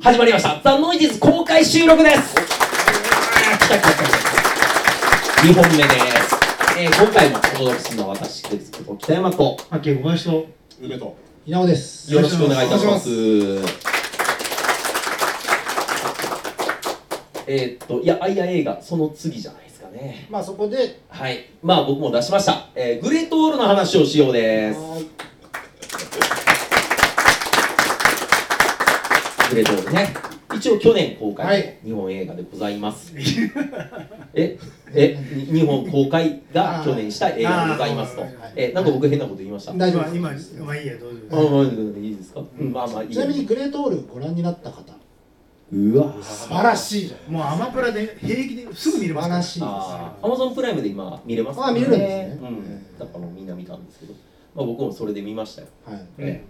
始まりました「ザ・ノイジーズ公開収録です来た来た来た2本目です、えー今回もお届けするのは私クイズこと北山と発見小林と梅と稲尾ですよろしくお願いいたしまおす。えーっと、いや、あいや映画、その次じゃないですかね。まあそこではい、まあ、僕も出しました。えーグレートオールの話をしようです。グレートオールね。一応去年公は開いの日本映画でございます。え、え、に日本公開が去年した映画でございますとあーあー。え、なんか僕変なこと言いました。大丈夫今今まあいいやどうあぞまあいいですか。うんまあまあいい。ちなみにグレートオールご覧になった方うわ。素晴らしいじゃんもうアマプラで平気ですぐ見れますから素晴らしいあー Amazon プライムで今見れますあー見れるんですねうん、だからみんな見たんですけど、まあ、僕もそれで見ましたよ、はいえ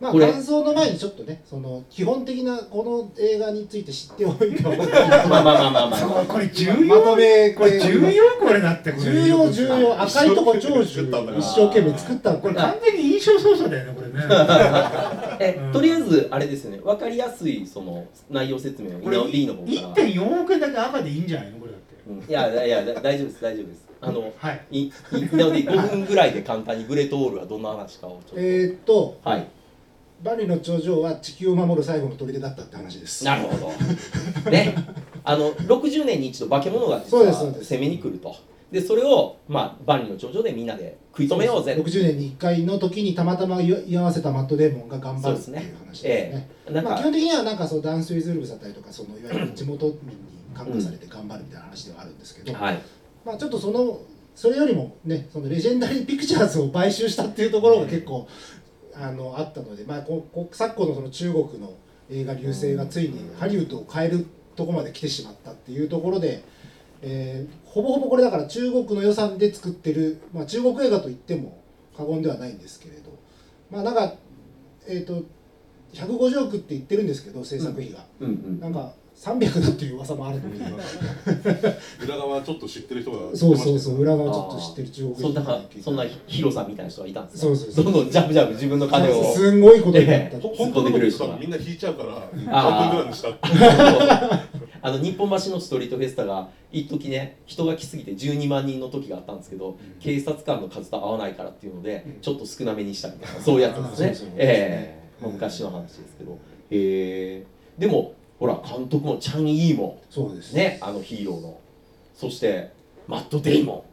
まあこれ感想の前にちょっとねその基本的なこの映画について知っておいた方がいいまあまあまあまあまあ、ま そうあ、 これ重まと要めこれ重要これだってこれ重要重要赤いとこ長寿 作ったんだから一生懸命作ったのここれれ完全に印象操作だよねこれねえうんとりあえずあれですよね分かりやすいその内容説明をこれ D の方から、 1.4億円だけ赤でいいんじゃないのこれだってうん、いやいやだ大丈夫です大丈夫ですあのはいいいなので5分ぐらいで簡単にグレートオールはどんな話かをちょっと、えーっとはいバリの頂上は地球を守る最後の砦だったって話ですなるほど。ね、あの60年に一度化け物が実そうですはそうです攻めに来ると。でそれを、まあ、万里の頂上でみんなで食い止めようぜ。 60年に1回の時にたまたま居合わせたマットデーモンが頑張るってそういですねう話ですえねえなんまあ、か基、本的にはなんかそうダンスウィズルブさんたりとかそのいわゆる地元民に感化されて頑張るみたいな話ではあるんですけど、はい、まあちょっとそのそれよりもねそのレジェンダリーピクチャーズを買収したっていうところが結構あのあったので、まあ、ここ昨今のその中国の映画流星がついにハリウッドを変えるとこまで来てしまったっていうところで、えーほぼほぼこれだから中国の予算で作ってる、まあ、中国映画といっても過言ではないんですけれどまあなんかえっ、と150億って言ってるんですけど制作費が、うんうん。なんか300だっていう噂もあるのに。裏側ちょっと知ってる人が言ってましそたようそうそう、裏側ちょっと知ってる中国そん人なそんな広さみたいな人がいたんですそうそうそうどんどんジャブジャブ自分の金を。すんごいことになった。ええ本当のこと言ったらみんな引いちゃうからあー半分ぐらいにしたってあの日本橋のストリートフェスタが一時ね人が来すぎて12万人の時があったんですけど、警察官の数と合わないからっていうので、ちょっと少なめにしたみたいなそういうやつですねあーそうそうええまあ昔の話ですけどへえでもほら監督もチャン・イーもそうですねあのヒーローのそしてマット・デイモ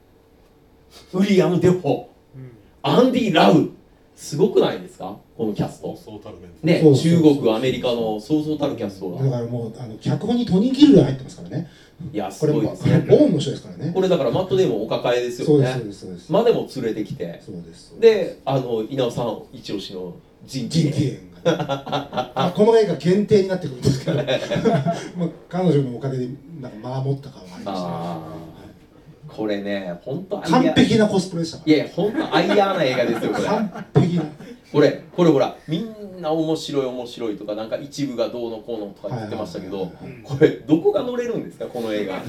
ンウィリアム・デフォーうんアンディ・ラウすごくないですかこのキャスそうトそうたるメンツねそうそうそう中国アメリカのそうそうたるキャストだが、からもうあの脚本にトニー・ギルが入ってますからね。いやこすれごいもですねオウンの人ですからね。これだからマットデーモンお抱えですそようですそうね。ですそうです。までも連れてきて、そうです。で、あの稲尾さん一押しの人ジンテ気。ィエンがね。 まあこの映画限定になってくるんですけど、ま あ彼女のおかげでなんか間を持った感はありましたね。ああ、これね、本当アイ完ヤー。璧なコスプレでしたかいやいや、本当アイヤーな映画ですよこら。れ。完璧な。これこれほら、みんな面白い面白いとかなんか一部がどうのこうのとか言ってましたけはいどはい、うんこれどこが乗れるんですかこの映画。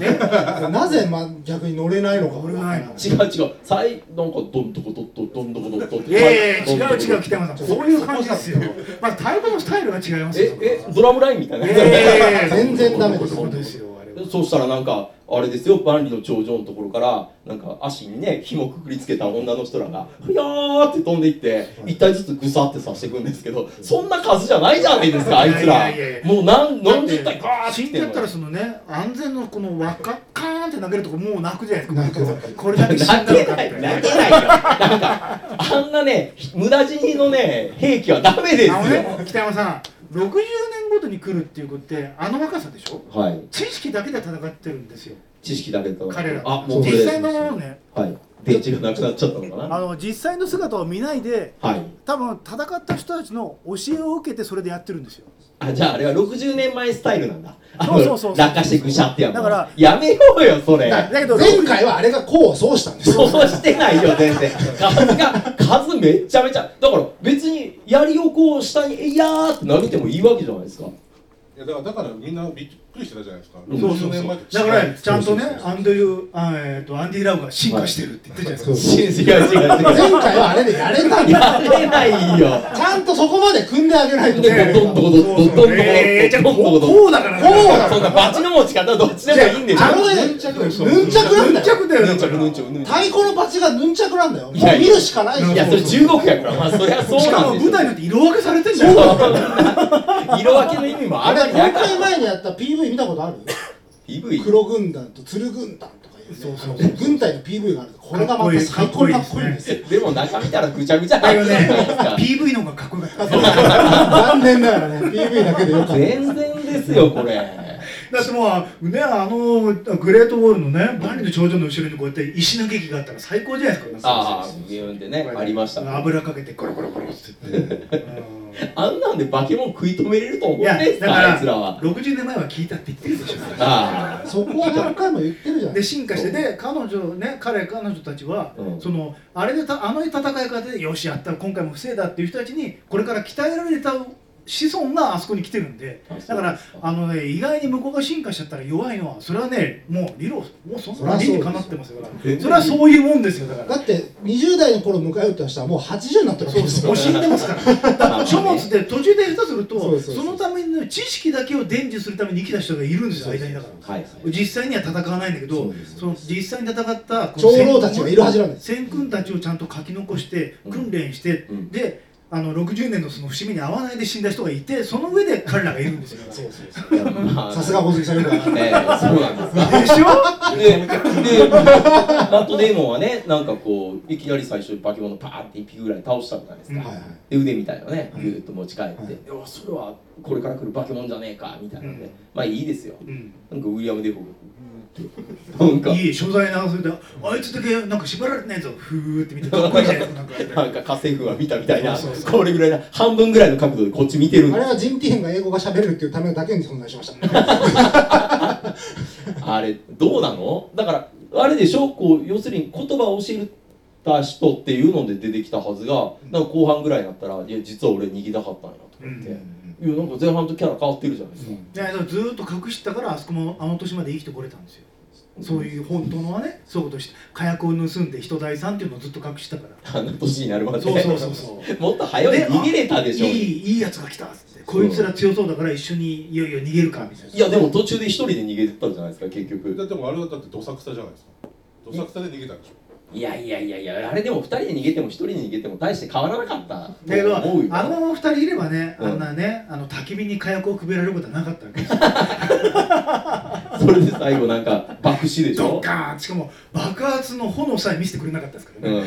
なぜまあ逆に乗れないのか。乗れないの違う違う、最なんかどんどこどっとどんどこどっとって。いやいやいや違う違うう。北山さんそういう感じですよまあ太鼓のスタイルが違いますよええドラムラインみたいな。えー全然ダメですそうですよあれはそうしたらなんかあれですよ万里の頂上のところからなんか足にね紐くくりつけた女の人らがふやーって飛んでいって一体ずつぐさってさしていくんですけどそんな数じゃないじゃないですかあいつらいやいやいやいやもう何何十だって体ガーって死来んてじるゃっのたらよそのね安全のこの輪っかカーンって投げるとこもう泣くじゃないですかこれだけ死んだ泣のかってけない泣けないよなんかあんなね無駄死にのね兵器はダメですよあのね北山さん60年ごとに来るっていうことってあの若さでしょはい知識だけで戦ってるんですよ知識だけと彼らあもうこ実れ際のものをねはい電池がなくなっちゃったのかあの実際の姿を見ないでなはい多分戦った人たちの教えを受けてそれでやってるんですよあじゃああれは60年前スタイルなんだあのそうそうそうそう落下してぐしゃってやるのだからやめようよそれだだけど前回はあれが功を奏したんですよ。そうしてないよ全然数が数めっちゃめちゃだから別に槍をこう下に「いやー」って投げてもいいわけじゃないですかいやだからだからみんなびっくりしてたじゃないですか。うんそうそう60年前ってだからちゃんとねそうそうそうアンドリューあえっとアンディラブが進化してるって言ってるじゃないですか。そう違う違う違 前回はあれでやれたんう。だやれないよ。 ちゃんとそこまで組んであげないとでどんどこどんどんどんどこどんどこどんどこどんどこえーじゃあこうこうだからね。こうだそんなバチの持ち方どっちでもいいんでしょあのねヌンチャクだよそうヌンチャクなんだよだよヌンチャクヌンチャクヌンチャク太鼓のパチがヌンチャクなんだよもういやいや見るしかないいやそれ中国やからまあそりゃそうしかなもんで舞台なんて色分けされてんじゃん。色分けの意味もああるれわけな公い開前にやった PV 見たことある PV 黒軍団と鶴軍団とかいう,、ね、あの軍隊の PV があるこれがまた最高にかっこいいんですよ でも中見たらぐちゃぐちゃだ入よってねるじゃないですか PV の方がかっこよかった。 残念ながらね PV だけでよかった全然ですよこれだってもうあねあのグレートウォールのね万里の頂上の後ろにこうやって石の劇があったら最高じゃないですか。ああビューンってねありました油かけてゴロゴロゴロって言って。 あんなんで化け物食い止めれると思ううんんいやですだかかあいらつらは60年前は聞いたって言ってるでしょ。あそこは何回も言ってるじゃんで進化してで彼女ね彼彼女たちは、うんそのあれでたあの戦い方でよしやった今回も防いだっていう人たちにこれから鍛えられた子孫があそこに来てるんであそだうからあの、ね、意外に向こうが進化しちゃったら弱いのはそれはねもう理論もうそんな理にかなってますよだからそれはそういうもんですよだからだって20代の頃迎え撃った人はもう80になってるわけですよもう死んでます からだから書物で途中で下手するとそそうそうそうのための知識だけを伝授するために生きた人がいるんですよ間にだから。あはいはい実際には戦わないんだけそどうですその実際に戦ったこの長老たちがいるはずなんです先君たちをちゃんと書き残してうん訓練して、うんであの60年のその節目に合わないで死んだ人がいてその 上で彼らがいるんですよそうそうそいうやまあ さすが小杉さんよくわかるええそうなんですでしょで、で、マットデイモンはね、なんかこう、いきなり最初、化け物パーンって一匹ぐらい倒したじゃないですか。はいはいで、腕みたいなのね、ぎゅーっと持ち帰って、はいいや、それはこれから来る化け物じゃねえか、みたいなんで、うんまあいいですよ。うんなんかウィリアム・デフォーが、なんか、いい所在流せてあいつだけなんか縛られてないぞふーって見てかっこいいじゃないですかなん かなんか家政婦が見たみたいなそうそう、これぐらいな、半分ぐらいの角度でこっち見てるんであれすはジンティーンが英語が喋るっていうためだけに存在しました あれ、どうなのだから、あれでしょ、こう、要するに言葉を教えた人っていうので出てきたはずが、なんか後半ぐらいになったら、いや、実は俺、逃げたかったんやとう思って。んいやなんか前半とキャラ変わってるじゃないですか、いやでもずーっと隠してたからあそこもあの年まで生きてこれたんですよそういう本当のはねそういうことして火薬を盗んで人財産っていうのをずっと隠してたからあの年になるまでそうそうそうそ うもっと早いで逃げれたでしょいいいいやつが来たっつってこいつら強そうだから一緒にいよいよ逃げるかみたいないやでも途中で一人で逃げてったじゃないですか結だ局ってもうあれはだってどさくさじゃないですか。どさくさで逃げたんでしょ。いやいやいやいやあれでも二人で逃げても一人で逃げても大して変わらなかっただけど、と思うよあのまま二人いればね、うんあんなね、あの焚き火に火薬をくべられることはなかったわけですよ。それで最後なんか爆死でしドッょカーンしかも爆発の炎さえ見せてくれなかったですからね。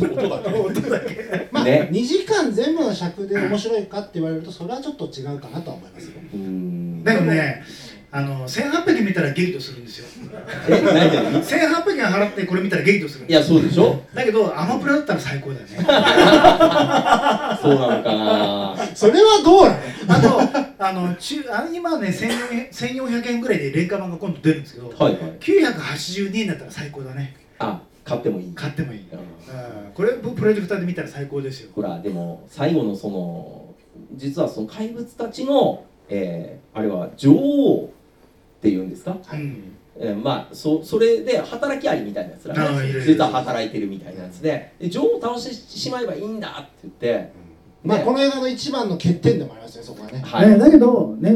う音だけ。音だけ。んね2時間全部の尺で面白いかって言われるとそれはちょっと違うかなとは思いますようーんでもね、あの1800見たら激怒するんですよ。え何々1800円払ってこれ見たら激怒するんいですよ。やそうでしょだけどアマプラだったら最高だよね。そうなのかなそれはどうなのあと、あの中あの今ね1400 1400円ぐらいで廉価版が今度出るんですけど、はいはい982円になったら最高だね。あ買ってもいい買ってもいい。うんうんこれプロジェクターで見たら最高ですよ。ほらでも最後のその実はその怪物たちの、えーあれは女王っていうんですか、うんえーまあそそれで働きありみたいなやつらああいねるいる実は働いてるみたいなやつでで女王を倒してしまえばいいんだって言って、まあねこの映画の一番の欠点でもありますねそこはねはい、ねだけどね、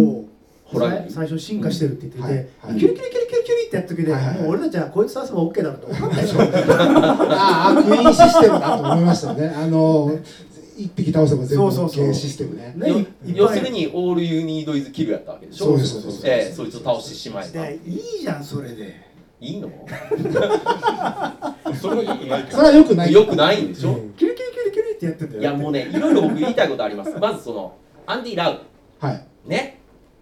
おほら最初進化してるって言ってて、うんはいはいキュリキュリキュリキュリキュリってやった時で、はいはいはいもう俺たちはこいつと遊べば OK だろうと思ったで しょ。ああクイーンシステムだと思いましたよねあの一匹倒せば全部そうそうそう OK システムねねよいっぱい要するに「オール・ユー・ニード・イズ・キル」やったわけでしょそうですそうですそうですえーそいつを倒してしまえばでいいじゃんそれで。いいのそれは良くないけそど。れはよくないよくないんでしょ、うんキュリキュリキュリキュリってやってんだよ。いやもうねいろいろ僕言いたいことありますまずそのアンディ・ラウはいね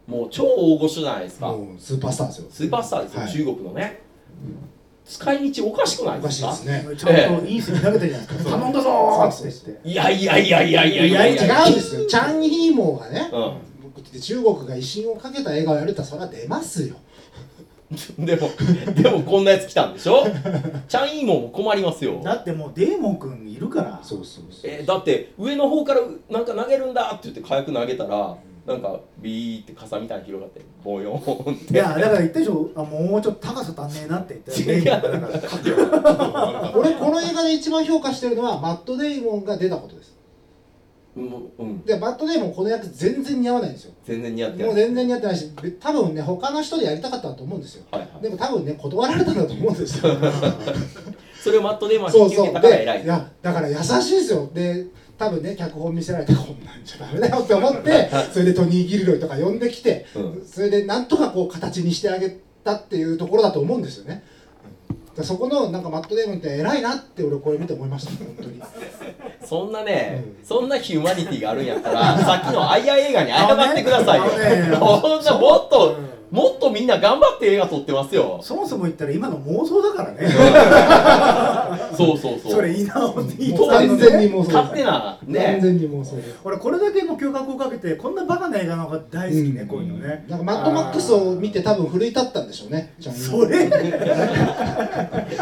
もう超大御所じゃないですかもうスーパースターですよスーパースターですよ、はい中国のね使い道おかしくないおでかすしいかですねちゃんといい線投げてるじゃないですか。頼んだぞーって言って。いやいやいやいやいやいや違うんですよチゃャン・ヒーモーがねう中国が威信をかけた映画をやるってそれは出ますよん、でもでもこんなやつ来たんでしょチャンイーモンも困りますよだってもうデーモン君いるから。そうそうそうえーだって上の方からなんか投げるんだって言って火薬投げたらなんかビーって傘みたいに広がってボヨーンっいてやだから言ったでしょあもうちょっと高さ足んねえなって言違うったらだから俺この映画で一番評価してるのはマット・デイモンが出たことですうん、うん、でマット・デイモンこの役全然似合わないんですよ全然似合ってもう全然似合ってないしべ多分ね他の人でやりたかったと思うんですよはいはいでも多分ね断られたんだと思うんですよそれをマット・デイモンはそ引うき受そけうたから偉でいいやだから優しいですよで多分ね脚本見せられてこんなんじゃダメだよって思 ってそれでトニー・ギルロイとか呼んできてうんそれでなんとかこう形にしてあげたっていうところだと思うんですよねでそこのなんかマット・デイモンって偉いなって俺これ見て思いました本当にそんなね、うそんなヒューマニティがあるんやった らさっきのアイアイ映画に謝ってくださいよ、あのねそんなもっとうんもっとみんな頑張って映画撮ってますよそもそも言ったら今の妄想だから ねそうそうそうそれ稲尾って言っもうたの完全にね妄想勝手な完ね全に妄想で俺これだけの共感をかけてこんなバカな映画の方が大好きね、うんこういうのねなんかマッドマックスを見て多分奮い立ったんでしょうねジャンル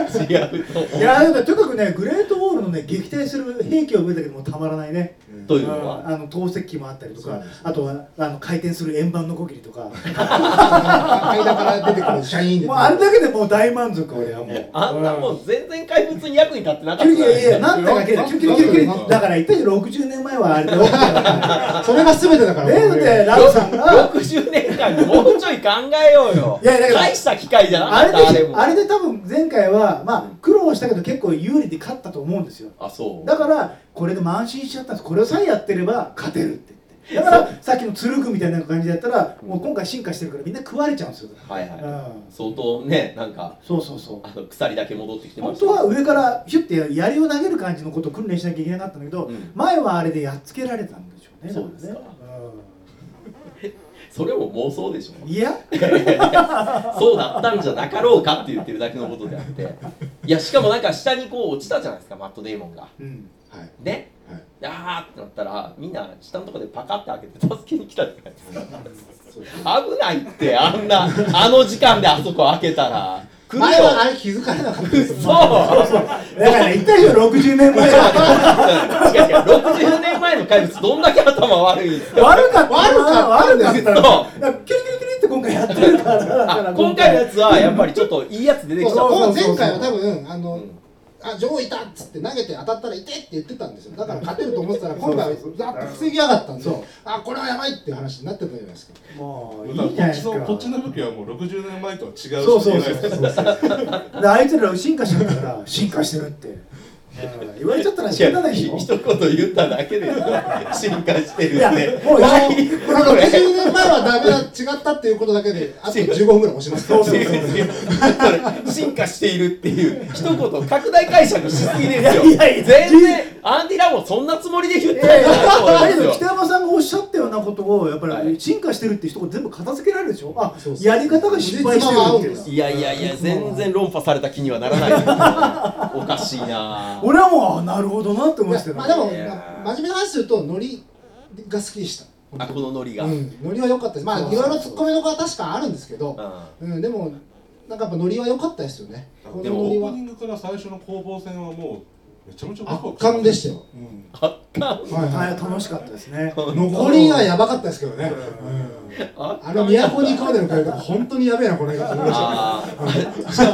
それ違うといやだからとにかくねグレートウォールのね撃退する兵器を見たけどもたまらないねうんといううんのはあの投石機もあったりとそうかですねあとはあの回転する円盤のこぎりとか間から出てくるシャインでもうあれだけでもう大満足俺はもうあんなもん全然怪物に役に立ってなかキったュリキュリいやなんだかけどキュリキュリキュリキュリうんだから言ったじゃん60年前はあれだよそれが全てだからね俺でラブさんが60年間にもうちょい考えようよいやいやだから大した機会じゃなあかったあれれでもあれで多分前回はまあ苦労したけど結構有利で勝ったと思うんですよあそうだからこれで慢心しちゃったんですこれさえやってれば勝てるって言ってだからさっきのつるくみたいな感じだったらもう今回進化してるからみんな食われちゃうんですよ、はいはういん、相当ねなんかそうそうそうあの鎖だけ戻ってきてま本した当は上からヒュッて槍を投げる感じのことを訓練しなきゃいけなかったんだけど、うん前はあれでやっつけられたんでしょうねそうですかだらねそれも妄想でし うょんいやそうだったんじゃなかろうかって言ってるだけのことであっていやしかもなんか下にこう落ちたじゃないですかマット・デイモンがうんはいねはいあーってなったらみんな下のとこでパカって開けて助けに来たじゃないですかそう危ないってあんなあの時間であそこ開けたら来るよ前はあれ気づかれなかったですそうだから言ったでしょ60年前は違う違う60年前の怪物どんだけ頭悪いんですか悪かったな悪かったん悪でかっすたよなだからキュリキュリキュリって今回やってるからだからあ今回のやつはやっぱりちょっといいやつ出てきたそうわもう前回は多分あの、うんあ上位いたっつって投げて当たったら痛いって言ってたんですよだから勝てると思ってたら今回はそうそうそうざっと防ぎやがったんでそうあこれはやばいっていう話になってたじゃないですかもういいじゃないですかこっちの武器はもう60年前とは違うしかそうそう言えそないうですそうであいつら進化しちゃったから進化してるってうん言われちゃったらい仕方やないでしょ一言言っただけで進化してるいやねもう大なんかこれ60年前はダメだ違ったっていうことだけであと15分ぐらい押しますそうそうそうそれ進化しているっていう一言拡大解釈しすぎですよいやいや全然アンディ・ラモンそんなつもりで言っいてやないいやと思だけうんどです北よ山さんがおっしゃったようなことをやっぱはりい進化してるって一言全部片付けられるでしょあそうそうやり方が失敗してるっていういやいやいや全然論破された気にはならないですよおかしいな俺はもうあなるほどなって思ってたいやよまあでも、いやまあ真面目な話するとノリが好きでしたあこのノリが、ううんん、ノリは良かったですまあそういろいろツッコミどころは確かあるんですけど、あうん、でもなんかやっぱノリは良かったですよねこでのもノオリープはニングから最初の攻防戦はもうめちゃめちゃワクワ圧クしま巻でしたよ、かはいはい大変楽しかったですね残りがやばかったですけどね、ああの都に行くまでの会話本当にやべえなこの映画って思いましたあーしかも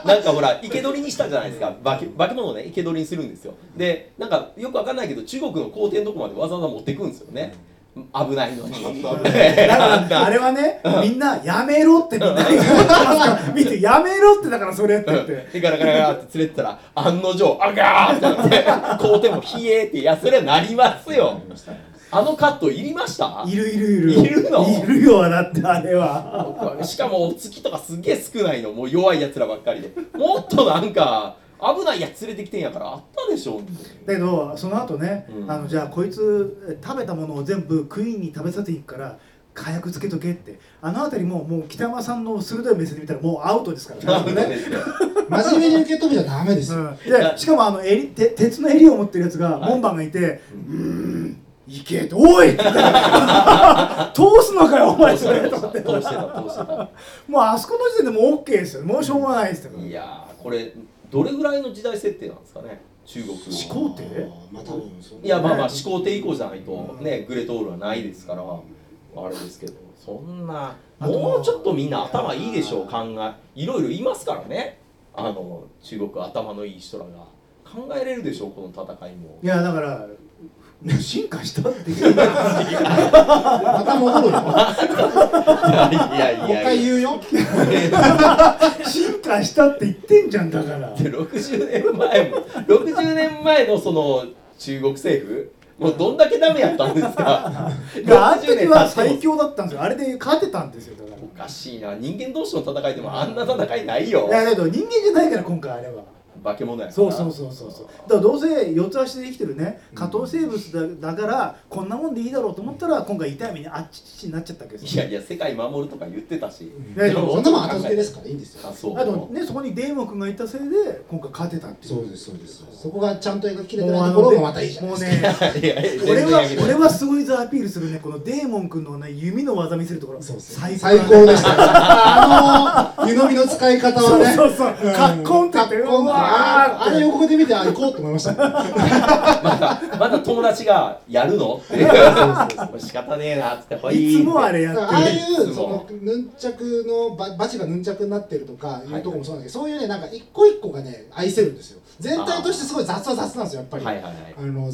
ななんかほら生け捕りにしたじゃないですか化け化け物をね生け捕りにするんですよでなんかよくわかんないけど中国の皇帝のとこまでわざわざ持ってくんですよね危ないのにだ からあれはねみんなやめろってみんな言ってま すから見てやめろってだからそれって言ってでガラガラガラって連れてったら案の定あがーってなって皇帝も冷えっていやそれはなりますよあのカットいりましたいるいるいるいるのいるよだってあれはしかもお月とかすげえ少ないのもう弱いやつらばっかりでもっとなんか危ないやつ連れてきてんやからあったでしょだけどその後ね、うんあのじゃあこいつえ食べたものを全部クイーンに食べさせていくから火薬つけとけってあの辺りももう北山さんの鋭い目線で見たらもうアウトですからね。ね真面目に受け止めちゃダメですうよ、ん、でしかもあの襟て鉄の襟を持ってるやつがはい門番がいて「うーん行け」って「おい!」って 通すのかよお前通しそれてたと思っ通しててた通してた通してたもうあそこの時点でもう OK ですよもうしょうがないですよいやーこれどれぐらいの時代設定なんですかね中国始皇帝まあ多分そういやまあまあ始皇帝以降じゃないとねグレートオールはないですからあれですけどそんなあともうちょっとみんな頭いいでしょう考えいろいろいますからねあの中国頭のいい人らが考えれるでしょうこの戦いもいやだから進化したっていうまた戻るよ。もういやいや一回言うよ。進化したって言ってんじゃんだからで60年前も60年前のその中国政府もうどんだけダメやったんですかであの時60年は経っても最強だったんですよあれで勝てたんですよだかおかしいな人間同士の戦いでもあんな戦いないよらいやだけど人間じゃないから今回あれは化け物やからそうそうそうそうそうだからどうせ四つ足で生きてるね下等生物だだからこんなもんでいいだろうと思ったら今回痛い目にあっちちになっちゃったわけですいよやいや世界守るとか言ってたしいやいやそんなもん後付けですからいいんですあよ。そうあとねそこにデーモン君がいたせいで今回勝てたっていうそうですそうです。そこがちゃんと描ききれてもうなあいのところがまたいいじゃないもでうすか。ねいやいや俺全然はあげない俺はすごいぞアピールするねこのデーモン君のね弓の技見せるところそうそう最高最高でしたよ。あの湯飲みの使い方はね。そうそうそうカッコンって言ってカッコンうってわーあれ横で見てあ行こうと思いましたね。まだまだ友達がやるのって仕方ねえなっつってほいつもあれやだからっああているうそのヌンチャクのババチがヌンチャクになってるとかいうとこもそうなんだけど、そういうねなんか一個一個がね愛せるんですよ全体としてすごい雑は雑なんですよやっぱり、はいはいはいあの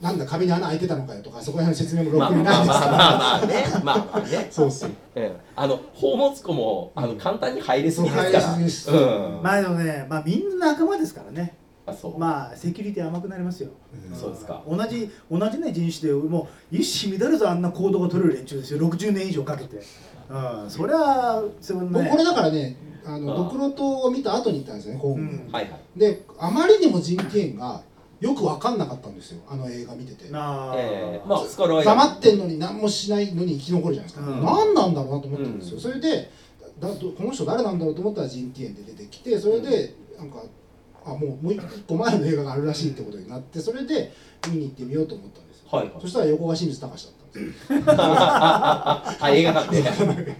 なんだ紙に穴開いてたのかよとかそこら辺の説明もろまあくまにないあですまあから、まあまあねまあまあ ねそうそううんあの宝物庫もあの簡単に入れすぎですから入れすぎうですんまあでもねまあみんな仲間ですからねあそうまあセキュリティ甘くなりますよそうですか同じ同じね人種でもう一糸乱れずあんな行動が取れる連中ですよ60年以上かけてうんそりゃそんな僕ねこれだからねあのあドクロ島を見た後に行ったんですよねホームに、うんはいはいであまりにも人件がよく分かんなかったんですよあの映画見ててなあええまあスカロは黙ってんのに何もしないのに生き残るじゃないですか、うん何なんだろうなと思ったんですよ、うんそれでだだこの人誰なんだろうと思ったらジンティエンで出てきてそれでなんかあもうもう一個前の映画があるらしいってことになってそれで見に行ってみようと思ったんですよ、はいはいそしたら横が清水隆だったんですよあ映画館で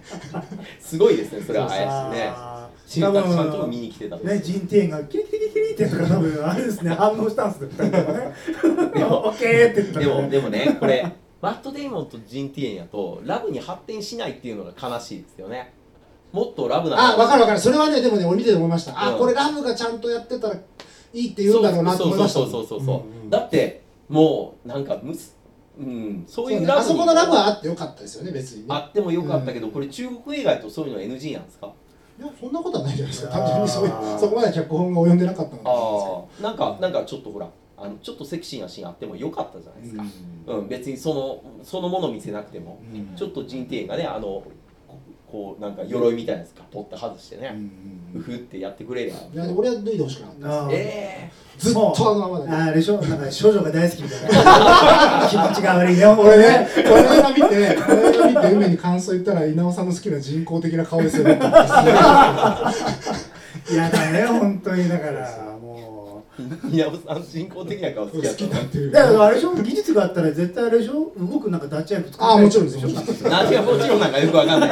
すごいですねそれはそうさ林ねあ新宅さんとも見に来てたんですね、人体炎がキリキリキリってやつが多分あれです ね反応したんですね。でも オッケーって言ったでらもね。でも ねこれマット・デイモンとジン・ティエンやとラブに発展しないっていうのが悲しいですよねもっとラブなあ分かる分かるそれはねでもね俺見てて思いました、うあんこれラムがちゃんとやってたらいいって言うんだろうなと思いましたそうそうそうそうそう、うんうんだってもうなんかむすうんそういうねラブあにそこのラムはあってよかったですよね別にねあってもよかったけど、これ中国映画やとそういうの NG なんですかいやそんなことはないじゃないですかあー単純にそういうそこまで脚本が及んでなかったのでああなんかなんかちょっとほらあのちょっとセクシーなシーンあってもよかったじゃないですか、うん別にそのそのもの見せなくても、うんちょっと人体がねあのここうなんか鎧みたいなやつかポッと外してうね、んうふってやってくれりゃいやでも俺は脱いでほしくなかったあーえずっとあのままだけどあれでしょなんか少女が大好きみ たいな気持ちが悪いよこれ俺ねね、これが見て、これが見て、梅に感想言ったら、稲尾さんの好きな人工的な顔ですよね。いやだね本当にだからもえー、稲尾さん人工的な顔好好きやっきただっていうう。だからあれでしょ技術があったら絶対あれでしょ動くなんかダッチアイフ作ああ、もちろんです。でもしょちろんです何がもちろんなんかよくわかんない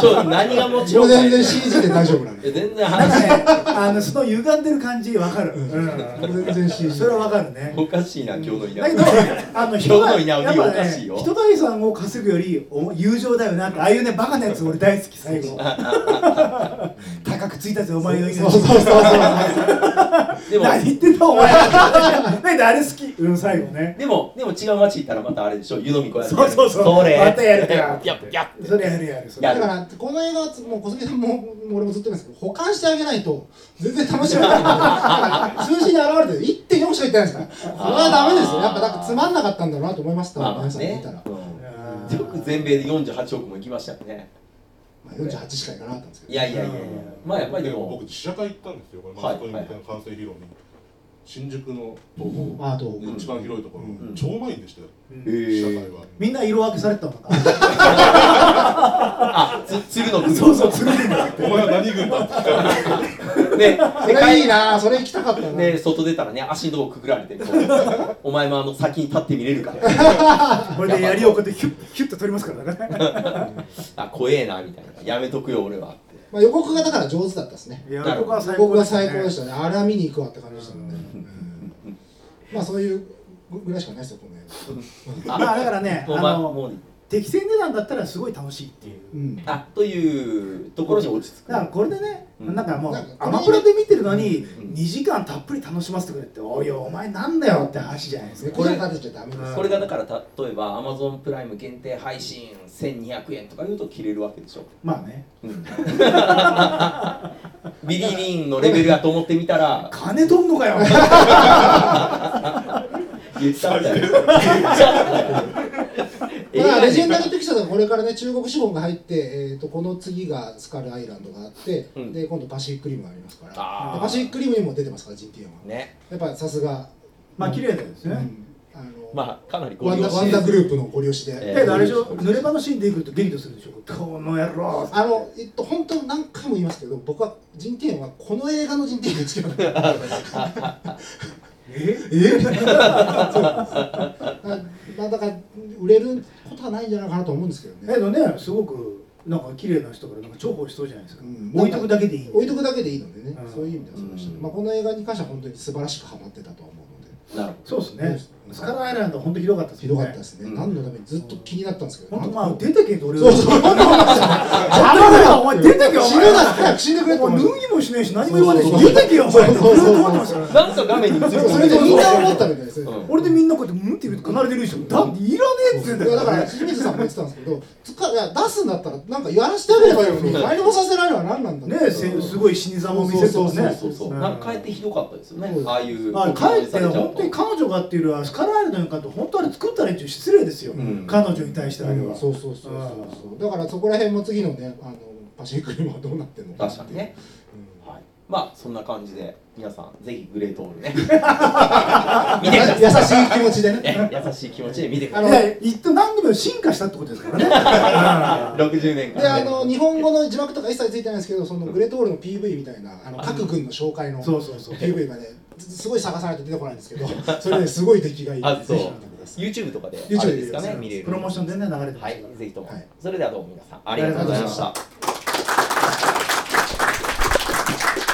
そう何がもちろんか全然 CG で大丈夫なんいやで。全然なんか話ねあのその歪んでる感じわかる、うん、全然 CG。それはわかるねおかしいな今日の稲だけ尾どさん、あの今日の稲や尾っにぱおかしいね、よ人財産を稼ぐよりお友情だよなって、ああいうね、バカなやつ俺大好き、最後。高くついたぜ、お前の命。そうそうそうそう。でも何言ってんだ、お前。なんであれ好き。うん、最後ね。でもでも違う街行ったらまたあれでしょ湯飲み子やってそうそうそう。それまたやるかやらっ。やっそれやるやる。それだから、この映画は、もう小杉さんも、もう俺もずっと言うんですけど、保管してあげないと、全然楽しめないから。数字に表れてる、1.4しか言ってないんですから。これはダメですよ。やっぱ、なんかつまんなかったんだろうなと思いました。まあまあ皆さん見ねたら。うんよく全米で48億も行きましたよねまあ48しかいかなかったんですけど。いやいやいやいやまあやっぱりででもも僕自社会行ったんですよこはれマいスコミの完成披露に新宿の東宝まあ、あと、一番広いところうん超満員でしたよえ試写会はみんな色分けされてたのか。あつ鶴のそうそう、うつるんでる。お前は何軍だってでそれいいなそれ行きたかったな。で外出たらね足のとこくくられてこ うお前もあの先に立って見れるからこれで槍をこうやってヒュッヒュッと取ります からね。あ怖えなみたいなやめとくよ俺はってまあ、予告がだから上手だったですね。いや、僕は予最告高がでした最高でね。したね。あれは見に行くわって感じでしたもんね。まあそういうぐらいしかないですよ、この映まあだからね、もうあまのもう適正値段だったらすごい楽しいっ ていううんあというところに落ち着くだからこれでね、うんなんかもうなんかアマプラで見てるのにうん2時間たっぷり楽しませてくれって「おいよお前なんだよ」って話じゃないですか猫じゃ食べちゃダメですこれがだから例えば Amazon プライム限定配信1200円とか言うと切れるわけでしょまあねビリー・リンのレベルだと思ってみたら金取んのか よ言っちゃったよ言っ ちゃったよまあ、レジェンダリーピクチャーズはこれからね中国資本が入って、えー、とこの次がスカルアイランドがあって、うんで今度パシフィックリムがありますからであーパシフィックリムにも出てますから GTM はねやっぱさすが、まあ綺麗ですうね、んあのまあかなりワンダですワンダグループのご利用しで、えだけどあれでしょ濡れ場のシーンでいくると激怒するでしょこの野郎あのえっと本当何回も言いますけど僕は人権はこの映画の人権が好きなんだえ えそうなんですまあだから売れることはないんじゃないかなと思うんですけどだねけどねすごくなんか綺麗な人からなんか重宝しそうじゃないですか、うん置いとくだけでいい置いとくだけでいいのでね、うんそういう意味ではそうでした、うんまあ、この映画に関しては本当に素晴らしくハマってたと思うのでなるほそうですねうんスカラアイランドは本当ひどかったですひよどねかったですね、うん何のためにずっと気になったんですけど、本当まなあんと出てけって俺そうそう本当思いまし邪た魔だよ お前出てけよお死ぬ前な早く死んでくれってもう思い脱ましぎもしねえし何も言わねえそしうそうそう出てけよお前ってそうそうそう俺は思ってましたよどなんか画面に映りた込そんでるれでみんな思ったみたいです、うん俺でみんなこうやって「うん?」って言うと離れてるでしょだっていらねえっつうんだいよやだから清水さんも言ってたんですけどつかいや出すんだったらなんかやらしてあげればいいのに何もさせないのは何なんだねえせすごい死にざまを見せるとかそうねそうそううんなんかかえってひどかったですよねそうああいうあ告帰白ってされちゃう本と当に彼女がっていうよりはスカラアイランドなんかと本当あれ作った連中失礼ですよ、うん彼女に対してあれは、うんそうそうそうそうそうだからそこら辺も次のねあのパシフィックリムはどうなってんのかな確ってかいうにねはいまあそんな感じで皆さんぜひグレートオールねうん優しい気持ちでねね優しい気持ちで見てくだあさいのいや一旦何度も進化したってことですからねうん60年間でねあの日本語の字幕とか一切ついてないんですけどそのグレートオールの PV みたいなあの各軍の紹介のそうそうそう PV がねすごい探さないと出てこないんですけどそれですごい出来がいいのあでそうぜひ見てください YouTube とかで YouTube あれですかねで見れるプロモーションでね流れてまはしたいから、ぜひとも、はいそれではどうも皆さんありがとうございました